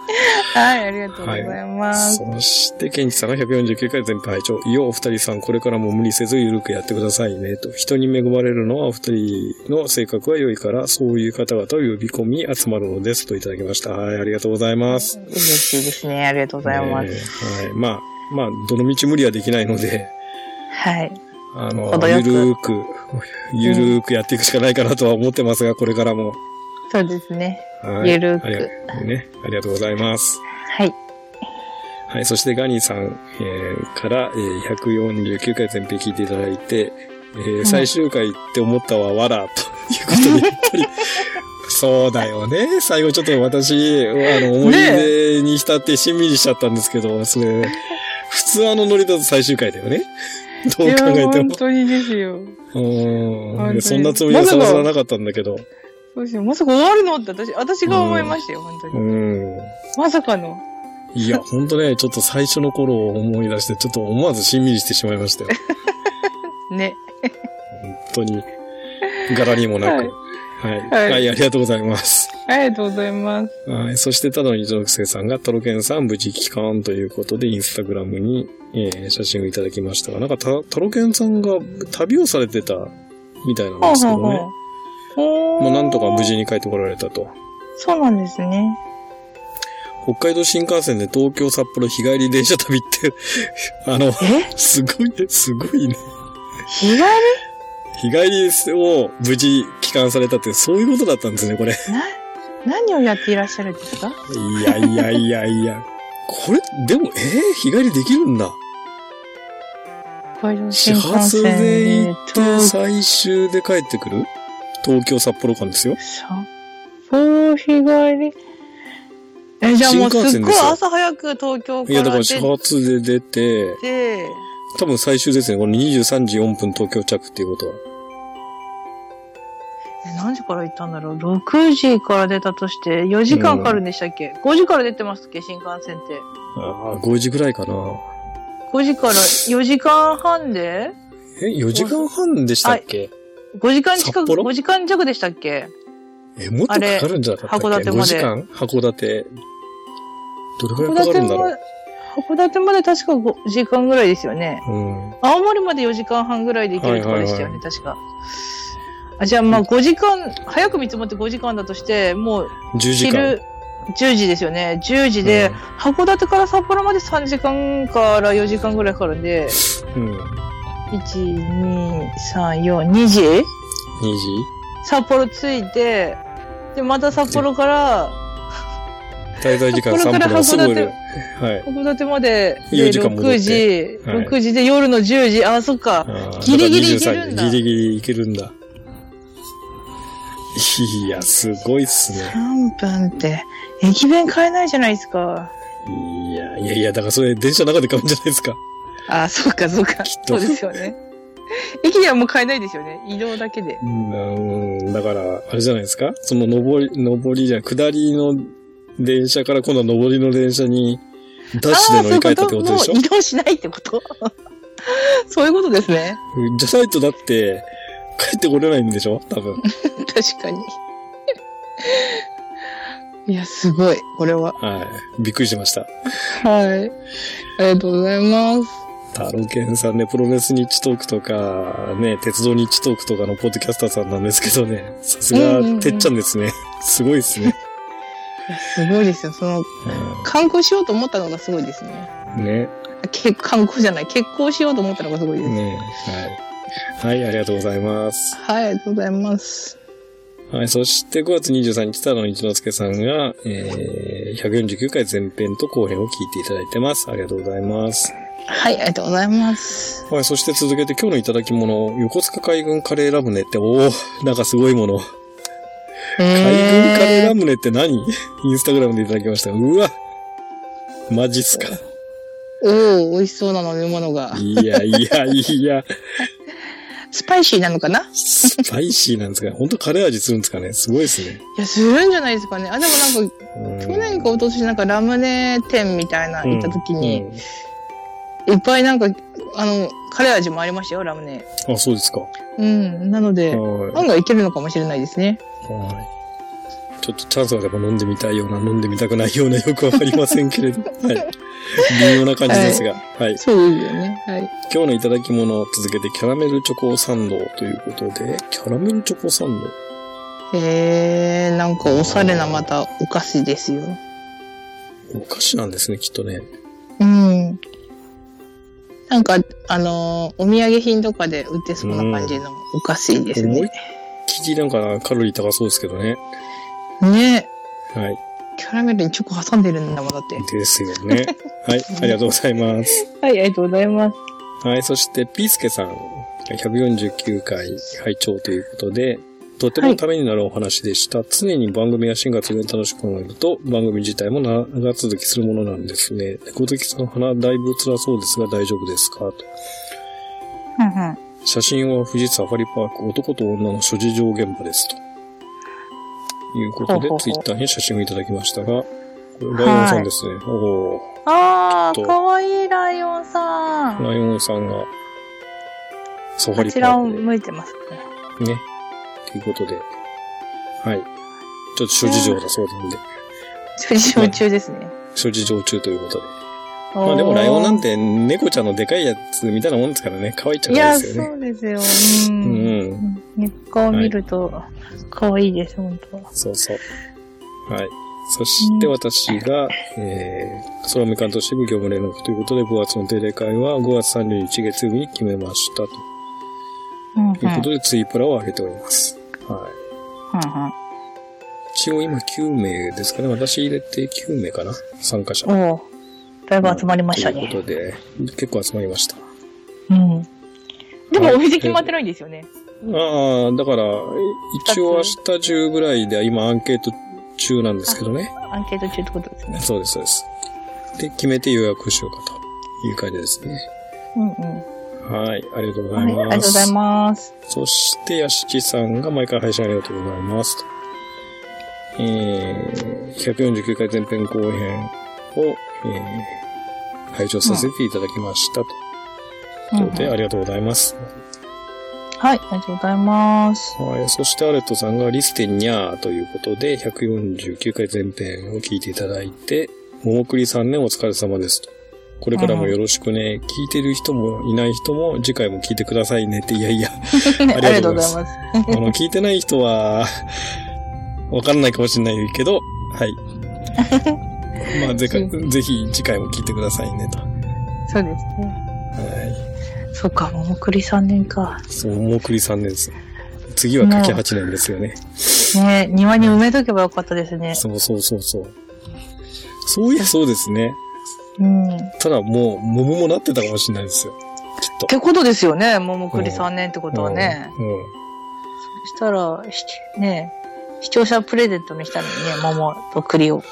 はい、ありがとうございます。
そして、ケンチさんが149回全編拝聴いよ、お二人さん、これからも無理せずゆるくやってくださいね、と。人に恵まれるのはお二人の性格は良いから、そういう方々を呼び込み集まるのです、といただきました。はい、ありがとうございます。
嬉しいですね。ありがとうございます。
えーはい。まあ、まあ、どの道無理はできないの
<laughs>
で、
はい。
あの、
程よ
ゆ
く
るーく、ゆるーくやっていくしかないかなとは思ってますが、これからも。
そうですね。
はい。
ゆるーく
ありがね。ありがとうございます。
はい。
はい、そしてガニーさん、えーから、えー149回全編聞いていただいて、えー
ん
最終回って思ったわ、わら、ということで、やっぱり、そうだよね。最後ちょっと私、あの、思い出に浸ってしんみりしちゃったんですけど、それ、普通あのノリだと最終回だよね。どう考えても。
当にですよ。
う
本当
ん。
に
そんなつもりはさらさらなかったんだけど。
そうですよ。まさか終わるのって私、私が思いましたよ、本当
う
に。
ん。
まさかの。
いや、ほんとね、ちょっと最初の頃を思い出して、ちょっと思わずしんみりしてしまいましたよ。
ね。
本当に、柄にもなく。はい。は、
はいい
ありがとうございます。
ありがとうございます。
はい。そして、ただの一属生さんが、トロケンさん無事帰還ということで、インスタグラムに、えー写真をいただきましたが、なんかた、トロケンさんが旅をされてたみたいなんですけどね。
ほう
まあ、なんとか無事に帰ってこられたと。
そうなんですね。
北海道新幹線で東京札幌日帰り電車旅って、 <laughs> あの、
え
すごい、すごいね。
日帰
日帰りを無事帰還されたって、そういうことだったんですね、これ。
りな、何をやっていらっしゃるんですか
いやいやいやいや。これ、でも、えー、日帰りできるんだ。
北海道
始
新幹
発
線
で
で
行って、
東
最終で帰ってくる東京札幌間ですよ。
さそう、日帰り。え、じゃあもう
新幹
すっ
線
ご
で
い
すよ
朝早く東京か
いや、だからら
出
始発で出て、
て、
多分最終ですね。この23時4分東京着っていうことは。
え何時から行ったんだろう ?6 時から出たとして、4時間かかるんでしたっけ、?5 時から出てますっけ新幹線って。
ああ、5時ぐらいかな。
5時から4時間半で
え、4時間半でしたっけ
?5 時間近
札
く、
幌
5時間弱でしたっけ
え、もっとかかるんじゃなかった
あ
っ
れ
け
函館
?5
まで
時間函館。どれ
函
くらいかか
館
るんだ
ま
ろ
で、函館まで確か5時間ぐらいですよね。
う。うん。
青森まで4時間半ぐらいで行けるとこでしたよね、
は
確か。あじゃあまあ5時間、早く見積もって5時間だとして、もう
10時間。
昼10時ですよね。10時で、函館から札幌まで3時間から4時間ぐらいかかるんで、
うん、うん。2
1,2,3,4,2時札幌着いて、で、また札幌から
時滞在時間3分がすぐ売る。はい。
函館までで
4時間戻
6
っ
時、
てはい
6時で夜の10時、あ、そっか。ギリギリいけるんだ
ギリギリいけるんだ。いや、すごいっすね。
3分って、駅弁買えないじゃないですか。
いや、いやいや、だからそれ電車の中で買うんじゃないですか。
あ、そっかそっか。
きっと
そうですよね。
<laughs>
駅ではもう買えないですよね。移動だけで。
うん、だから、あれじゃないですかその上り、上りじゃん、下りの電車から今度は上りの電車に、ダッシュで乗り換えたってことでしょ
あーそういうこともう移動しないってこと <laughs> そういうことですね。
じゃないとだって、帰ってこれないんでしょ多分。
確かに。 <laughs> いや、すごい、これは。
はい。びっくりしました。
はい。ありがとうございます。
タロケンさんね、プロレスニッチトークとか、ね、鉄道ニッチトークとかのポッドキャスターさんなんですけどね、さす
うんうんう
が、
ん
てっちゃんですね。すごいですね。
いやすごいですよ。その、観光しようと思ったのがすごいですね。
うんね、
け観光じゃない、結婚しようと思ったのがすごいです。
ね、はい。はい、ありがとうございます。
はい、ありがとうございます。
はい、そして5月23日、ただの一之輔さんが、えー、149回前編と後編を聞いていただいてます。ありがとうございます。
はい、ありがとうございます。
はい、そして続けて今日のいただき物、横須賀海軍カレーラムネって、おー、なんかすごいもの。海軍カレーラ
ム
ムネって
<laughs>
何インスタグラムでいただきました。うわマジっすか。
おお美味しそうな飲み物が。
いやいやいや、
スパイシーなのかない
スパイシーなんですかね。ほんとカレー味するんですかね。すごいですね。
や、するんじゃないですかね。あ、でもなんか、
うん
去年か一昨年なんかラムネ店みたいな行った時に、いっぱいなんか、あの、カレー味もありましたよ、ラムネ。
あ、そうですか。
うん。なので、
は
案外いけるのかもしれないですね。
い。はい。ちょっとチャンスがあれば飲んでみたいような、飲んでみたくないような、よくわかりませんけれど。はい。微妙な感じですが。はい。
そうですよね。はい。
今日のいただき物を続けて、キャラメルチョコサンドということで、キャラメルチョコサンド。
えー、なんかおしゃれなまたお菓子ですよ。
お菓子なんですね、きっとね。
うん。なんか、あのーお土産品とかで売ってそうな感じのお菓子です
思いっ
ね。
きりなんかカロリー高そうですけどね。
ね
はい。
キャラメルにチョコ挟んでるんだもん、だって。
ですよね。はい。ありがとうございます。
はい、ありがとうございます。
はい、そして、ピースケさん、149回拝聴ということで、とてもためになるお話でした。常に番組が新月に楽しくなると、番組自体も長続きするものなんですね。猫好きさん、鼻だいぶ辛そうですが大丈夫ですかと。
うんうん。
写真は富士サファリパーク男と女の諸事情現場ですと。いうことで
ほうほうほ、う
ツイッターに写真をいただきましたが、これライオンさんですね。おー
あ
ちょっ
ー、
と
かわいいライオンさん。
ライオンさんが、サファ
こ
リパ
ちらを
ークで。
向いてますね。
ね。ということで。はい。ちょっと諸事情だそうなんで、
処理集中ですね。
諸事情中ということで。ま
ま
あでもライオンなんて猫ちゃんのでかいやつみたいなもんですからね、可愛いっちゃ
い
可愛い
や、
ですよね。
そうですよ。う。
うんん。
根っこを見ると、可愛いです、本当
そうそう。はい。そして私が、えー、空みかんと支部業務連絡ということで、5月の定例会は5月30日月曜日に決めました。と
うんう
い
ん。
うことで、ツイプラを上げております。はい。一応今9名ですかね。私入れて9名かな。参加者。
うんうん。おお。だいぶ集まりました
というこ
ね。
とで、結構集まりました。
うん。で
は
も
い
お店決まってないんですよね。
ああ、だから、一応明
二
日中ぐらいで、今アンケート中なんですけどね。
アンケート中ってことですね。
そうです、そうです。で、決めて予約をしようかという感じですね。
うんうん。
はい、ありがとうご
は
ざいます。
い、ありがとうございます。
そして、屋敷さんが毎回配信ありがとうございます。とえー、149回前編後編を、えー、拝聴させていただきました。
うん
といううんことで、ありがとうございます。
はい、ありがとうございます。
はい。そして、アレットさんがリステニャーということで、149回前編を聞いていただいて、ももくりさんね、お疲れ様ですと。これからもよろしくね。聞いてる人もいない人も、次回も聞いてくださいねって、いやいや、
あり
りが
が
と
と
うご
うご
ざ
ざ
い
います。
あの、聞いてない人は、わかんないかもしれないけど、はい。まあ、ぜかぜひ次回も聞いてくださいね、と。は
そうですね。
い。
そうか、ももくり3年か。
そう、もうくり3年です。次はかけ8年ですよね。
ね庭に埋めとけばよかったですね。
そうそうそうそう。そういや、そうですね。
うん。った
だもう、桃もなってたかもしれないですよ。きっと。
てことですよね、ももくり3年ってことはね。
うん。うん
そしたら、しねえ視聴者プレゼントにしたのにね、桃と栗を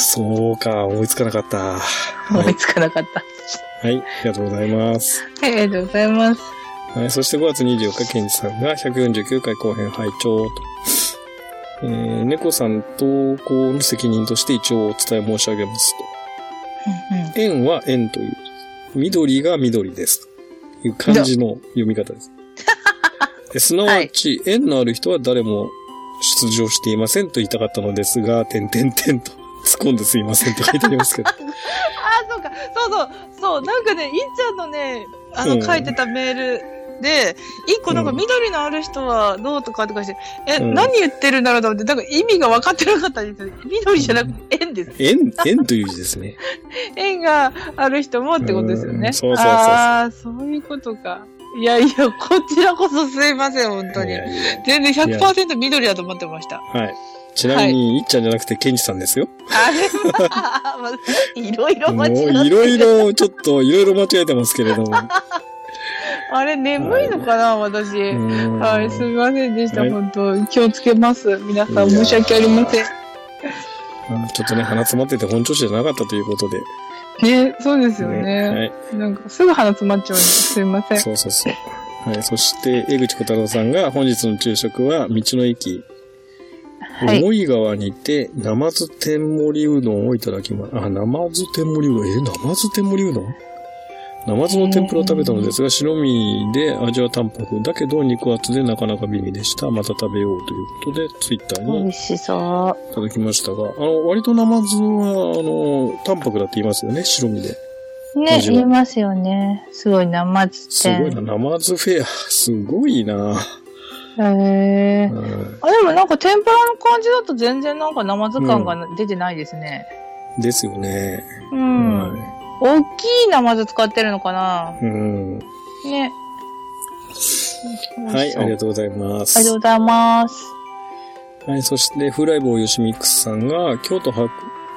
そうか、思いつかなかった。は
思い
い。
つかなかった。
はい、ありがとうございます。
はい、ありがとうございます。
はい、そして5月24日、ケンジさんが149回後編拝聴と。えー、猫さん投稿の責任として一応お伝え申し上げますと。円は円という。緑が緑です。という漢字の読み方
<laughs>
です。えすなわち、円のある人は誰も出場していませんと言いたかったのですが、点点点と突っ込んですいませんと書いてありますけど。
<laughs> あ、そうか、そうそう、そう、なんかね、いんちゃんのね、あ
うん
の、書いてたメールで、一個なん
う
か
ん
緑のある人はどうとかとかして、え、
うん
何言ってるんだろうと思って、なんか意味が分かってなかったです。緑じゃなくて、円です。
円、円という字です
<laughs>
ね。
円がある人もってことですよ
うん
ね。
そうそうそうそう
ああ、そういうことか。いやいや、こちらこそすいません、本当
い
に。
やいや
全然100%緑だと思ってました。
はい。ちなみに、いっちゃんじゃなくてケンジさんですよ。
あれは、まあ <laughs> いろいろ
もう
間違って
いろいろ、ちょっといろいろ間違えてますけれども。
<laughs> あれ、眠いのかな、私。は、
はい
すみませんでした、
はい
本当気をつけます。皆さん、
いやー
申し訳ありません。
ちょっとね、鼻詰まってて本調子じゃなかったということで。
ね、そうですよね。
はい。
なんか、すぐ鼻詰まっちゃうんですいません。
そうそうそう。はい。そして、江口小太郎さんが、本日の昼食は、道の駅、
はい
思い川にて、ナマズ天盛りうどんをいただきます。あ、ナマズ天盛りうどん。え、ナマズ天盛りうどんナマズの天ぷらを食べたのですが、白身で味は淡白。だけど肉厚でなかなか美味でした。また食べようということで、ツイッター
美
に
味しそ
いただきましたが、あの、割とナマズは、あの、淡白だって言いますよね、白身で。
う。
マ
ね、
ジで
言いますよね。すごいな、まず
す
店
ごいな、ナマズフェア。すごいな。
へえ
う。ん
あ、でもなんか天ぷらの感じだと全然なんか生図感が出てないですね。
ですよね。
う。
うん
大きい生図使ってるのかな
うん。
ね。
はい、ありが
と
とうございます。
ありがとうございます。
はい、そして、フライボーよしみくさんが、京都博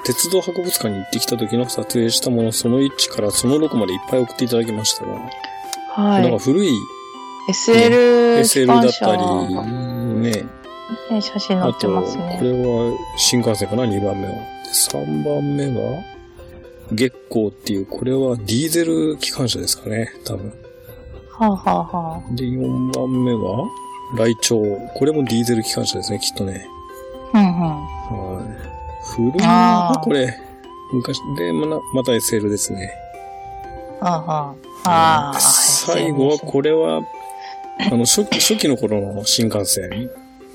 鉄道博物館に行ってきた時の撮影したもの、その1からその6までいっぱい送っていただきましたが、
は
なんか
い。
古い
SL エ
SL
ク
だ
パ
っ
ンショ
た
ン
り
が、
ね、
ね、写真載
あ
って
と、こ
ますね。
れは新幹線かな、2番目は。3番目が、月光っていう、これはディーゼル機関車ですかね、多分。
はあ、はあは
で、4番目が、雷鳥。これもディーゼル機関車ですね、きっとね。
あ、うんう
は
ん。
い。古い
あ
な
ー
これ。昔、で、まなまた SL ですね。
ああ、ああ。
最後は、これは、あの、初期、初 <laughs> 期の頃の新幹線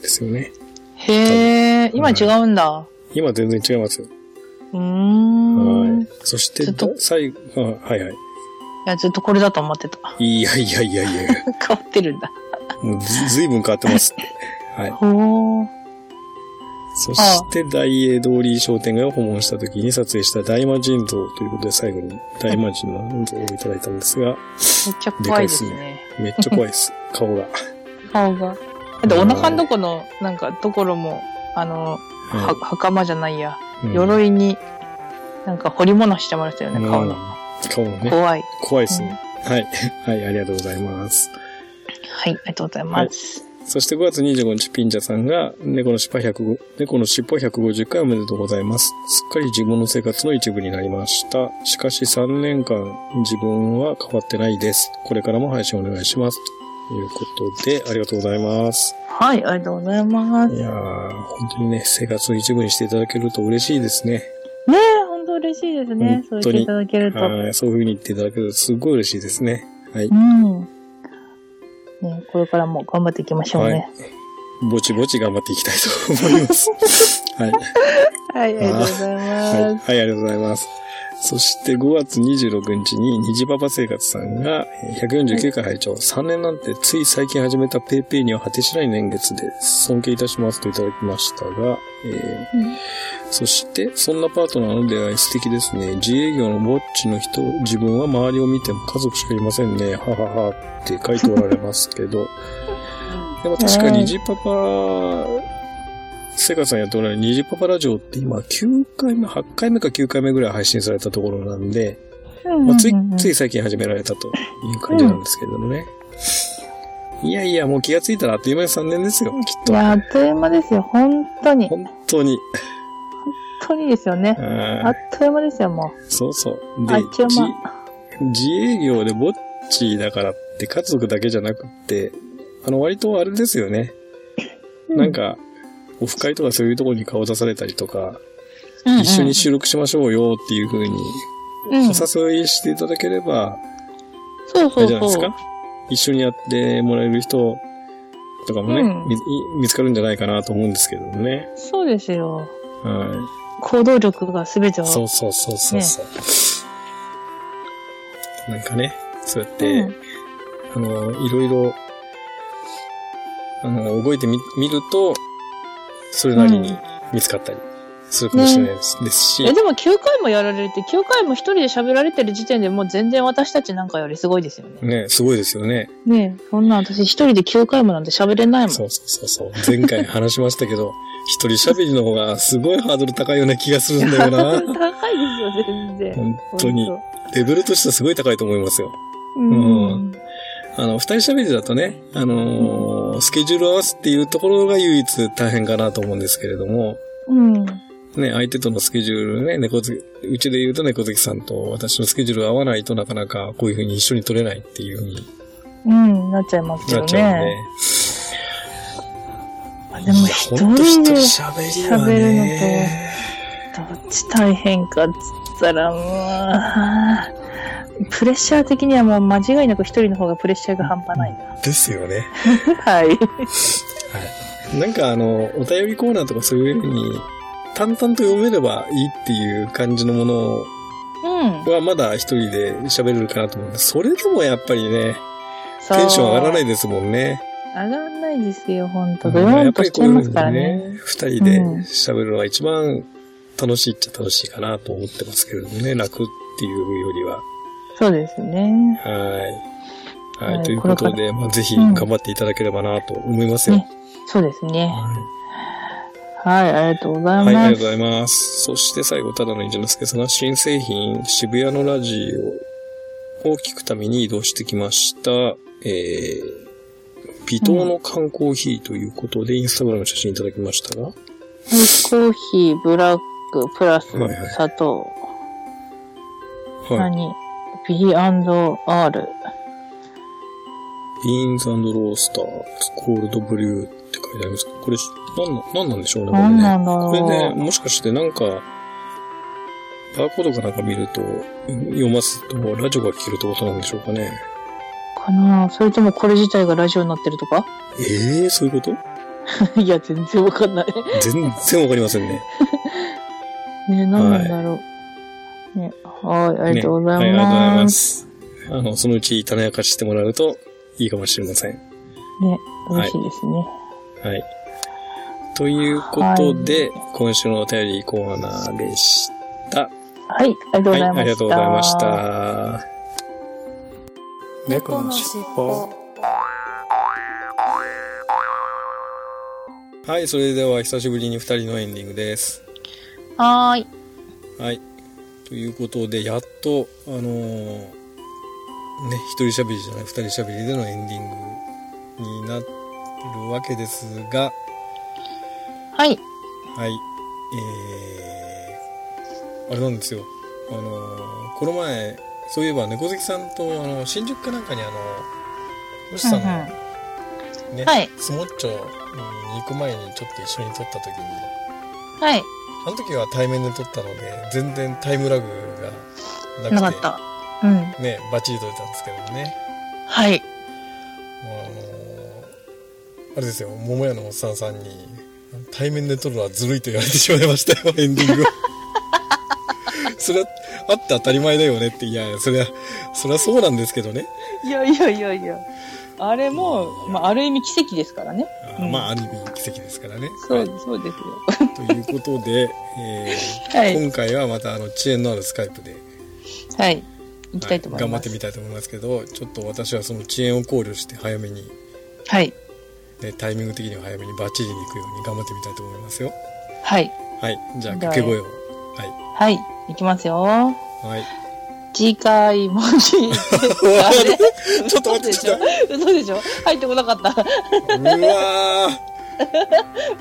ですよね。
へえ、今違うんだ。
今全然違いますよ。
うーん。
はい
い。
そして
ちょっと、
最後、あはいはい。
や、ずっとこれだと思ってた。 <laughs>
いやいやいやいや
変わってるんだ。
もうずずいぶん変わって
<laughs>
ます。はい。
ほー。
そして、大英通り商店街を訪問した時に撮影した大魔神像ということで、最後に大魔神の像をいただいたんですが、
めっちゃ怖いです
でか
ね。
めっちゃ怖い
<laughs>
です。顔が。
顔が。だってお腹のとこの、なんか、ところも、あの、は、袴じゃないや。
うん
鎧に、なんか彫り物してもらったよね、顔
うん
の。
顔のね。
怖い。
怖いですね。はい。はい、ありがとうございます。
はい、ありがとうございます。
そして5月25日、ピンジャさんが、猫の尻尾105、猫の尻尾150回おめでとうございます。すっかり自分の生活の一部になりました。しかし3年間、自分は変わってないです。これからも配信お願いします。ということで、ありがとうございます。
はい、ありがとうございます。
い
ね
やー、本当にね、生活の一部にしていただけると嬉しいですね。
え、本当嬉しいですね。そう
本当
言って
に
いただけると。
はい、そういう風に言っていただけるとすごい嬉しいですね。はい。
うん。ね、これからも頑張っていきましょうね。
ぼちぼち頑張っていきたいと思い <laughs> ます。はい。
はい、ありがとうござ
はい、
います。
はい、ありがとうございます。そして5月26日に、虹パパ生活さんがえー149回拝聴、3年なんてつい最近始めたペイペイには果てしない年月で尊敬いたしますといただきましたが、えー
うん
そして、そんなパートナーの出会い素敵ですね。自営業のぼっちの人、自分は周りを見ても家族しかいませんね。はははって書いておられますけ
<laughs>
ど、でも確かに虹パパセカさんやっておられるニジパパラジオって今9回目、8回目か9回目ぐらい配信されたところなんで、
うん
まあ、つい
うんうんうん
つい最近始められたという感じなんですけれどもね。いやいや、もう気がついたらあっという間に3年ですよ、きっ
い
と。
や、あっという間ですよ。本当に。本
本当に。
当にですよね。あ
あ
っ
ー
という間ですよ、も
そうそう。
う。あ
で
っちゅう
じ
間。
自営業でぼっちだからって家族だけじゃなくって、あの割とあれですよね。
うん
なんか、オフ会とかそういうところに顔出されたりとか、
うんうん
一緒に収録しましょうよっていう風に
うんそう
お誘いしていただければ、あ
そ
れ
う
じゃないです
そ
か
う。
一緒にやってもらえる人とかもね、
うん
み見つかるんじゃないかなと思うんですけどね。
そうですよ。
は
行動力が全てを。
い。そうそうそうそうそう。なんかね、そうやって、
うん
あの、いろいろ、あの、動いてみ、見ると、それなりに見つかったりするかもしれないです,、ですし。
え、でも9回もやられて、9回も一人で喋られてる時点でもう全然私たちなんかよりすごいですよね。
ね、すごいですよね。
ねえ、そんな私一人で9回もなんて喋れないもん。
そうそうそうそう。前回話しましたけど、 <laughs> 一人喋りの方がすごいハードル高いような気がするんだよ
<laughs>
な。
高いですよ、全然。
本当に。レベルとしてはすごい高いと思いますよ。
うん。
うんあの、二人喋りだとね、あのースケジュールを合わすっていうところが唯一大変かなと思うんですけれども、
うん。
ね、相手とのスケジュールね、猫好き、うちで言うと猫好きさんと私のスケジュールが合わないとなかなかこういうふうに一緒に取れないっていうふうに
うん、なっちゃいます
な
よ
っちゃうんで
ね。。でも一人で
喋
喋るのと、どっち大変かっつったら、もう、プレッシャー的にはもう間違いなく一人の方がプレッシャーが半端ないな。
ですよね。
はい。
なんかあの、お便りコーナーとかそういうふうに、淡々と読めればいいっていう感じのもの
うん。
はまだ一人で喋れるかなと思うんで、それでもやっぱりね、
そう
テンション上がらないですもんね。
上がんないですよ、ほんと。
うん
ドヨーンとしちゃいますからね。
二人で喋るのが一番楽しいっちゃ楽しいかなと思ってますけれどもね、楽っていうよりは。
そうですね。
はい。は。
はいい
ということ
こ
で、まあ、ぜひ
うん
頑張っていただければなと思いますよ。
ねそうですね。
はい
はい、ありがとうござい
はい、あ
ま
りがと
す。
うございます。そして最後、ただの一之輔さんが新製品、渋谷のラジオを聞くために移動してきました。えー、微糖の缶コーヒーということで、インスタグラムの写真いただきましたが、
コーヒー、ブラック、プラス
はいはい、
砂糖、
はい。
何 ?B&R。
ビーンズロースター、コールドブリューって書いてありますけど、これ、なんな、なんなんでしょうね、これ
何な
ね。
んだろ
こ
う。
れね、もしかしてなんか、バーコードかなんか見ると、読ますと、ラジオが聞けるってことなんでしょうかね。
かなそれともこれ自体がラジオになってるとか <laughs>
ええー、そういうこと
いや、全然わかんない。
全然わかりませんね。
ね、何なんだろう。ね、はい、ありがとうござ
ね
い
はい、ありがとうござい
ま。
ますす。あの、そのうち種明かししてもらうといいかもしれません。
ね、
はい
美味しいですね。
はい。ということで、今週のお便りコーナーでした。
はい、ありがとうご
はい、
ざいました。
ありがとうございました。
猫のしっぽ。
はい、それでは久しぶりに二人のエンディングです。
はーい。
はい。ということで、やっと、あのーね、一人喋りじゃない、二人喋りでのエンディングになるわけですが、
はい。
はい。えー、あれなんですよ。あのーこの前、そういえば猫好きさんと、あの、新宿かなんかにあの、よしさんの
うん
ね、
はい
スモッチョに行く前にちょっと一緒に撮った時に、
はい。
あの時は対面で撮ったので、全然タイムラグがなくて、
なかった。うん。
ね、バッチリ撮れたんですけどもね。
はい。
もうあのーあれですよ、桃屋のおっさんさんに、対面で撮るのはずるいと言われてしまいました
<laughs>
よ、エンディングを。それは、あって当たり前だよねって、いや、それは、それはそうなんですけどね。
いやいやいやいや。あれも、まあ、ある意味奇跡ですからね。
あーまあ、ある意味奇跡ですからね。
そう、
はい
そうですよ。
ということで、え
<laughs> は
ー
い。
今回はまた、あの、遅延のあるスカイプで、
はい。行きたいと思
はい
ま
頑張っ
す。
てみたいと思いますけど、ちょっと私はその遅延を考慮して早めに、
はい。
ね、タイミング的には早めにバッチリに行くように頑張ってみたいと思いますよ。
はい。
はい、じゃあ掛け声を。
はい。行きますよ。
はい。
次回も聞いてあ
<laughs>
れ
ちょっと待って
嘘でしょ嘘でしょ入ってこなかった。 <laughs>
うわー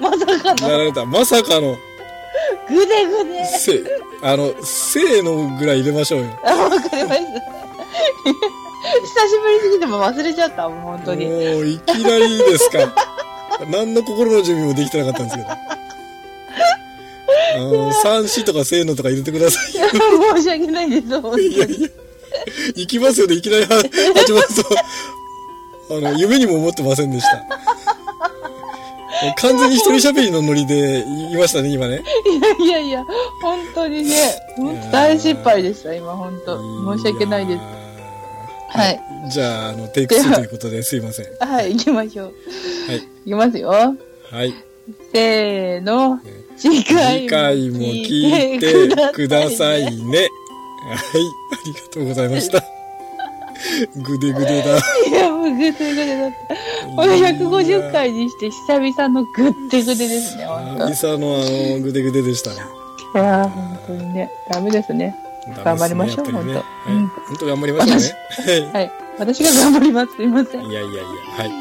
まさか
な
の。
られた。まさかの、
ぐでぐで。
せ、あの、せーのぐらい入れましょうよ。
あ、わかりました。久し <laughs> ぶりすぎても忘れちゃった。もう本当に。
もう、いきなりですか。 <laughs> 何の心の準備もできてなかったんですけど。あの、三子とかせーのとか入れてくださいよ。
申し訳ないです。本当に。
行きますよね、いきなりは始まると。あの、夢にも思ってませんでした。もう完全に一人喋りのノリで言いましたね、今ね。
いやいや、本当にね、本当大失敗でした。今、本当。申し訳ないです。
す
はい。
じゃあ、あの、テイク2ということですいません。
はい、行きましょう。
はい
行きますよ。
はい。
せーの。次
次
回
回も聞いてくださいね。はい。ありがとうございました。ぐでぐでだ。
いや、もうぐってぐてだった。これ150回にして久々のぐってぐてですね、ほんと。い
ミサのあの、ぐでぐででした。
やー、ほんとにね、ダメですね。頑張りましょ
ダ
う
メですねやっぱり
本
ねはい。本当頑張りましょうね。
はい。私が頑張ります。すいません。
はい。いやいやいや、はい。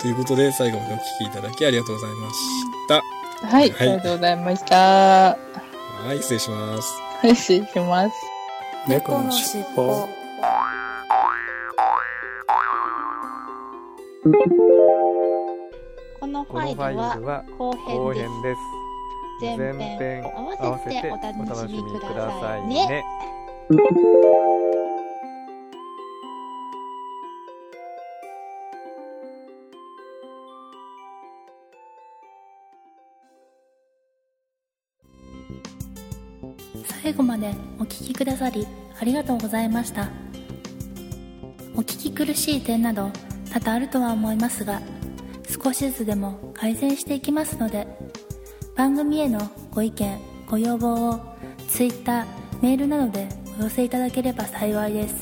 ということで、最後までお聞きいただきありがとうございました。
はい、ありがとうございました。
はい、失礼します。
<laughs> はい、失礼します。
猫のしっぽ。
このフ
こ
ァ
の
イ
ファイ
ル
ル
は
は
後
後
編です
編で
前
す。前
編
編
を合
合
わ
わ
せ
せ
て
て
お
お
楽
楽
し
し
み
み
く
く
だ
だ
さ
さ
い
い
ね
ね。
最後までお聞きくださりありがとうございましたお聞き苦しい点など多々あるとは思いますが少しずつでも改善していきますので番組へのご意見ご要望を Twitter メールなどでお寄せいただければ幸いです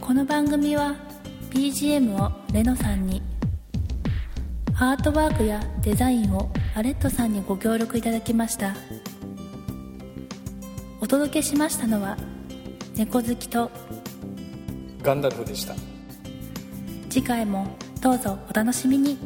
この番組は BGM をレノさんにアートワークやデザインをアレットさんにご協力いただきましたお届けしましたのは猫好きと
ガンダルフでした。
次回もどうぞお楽しみに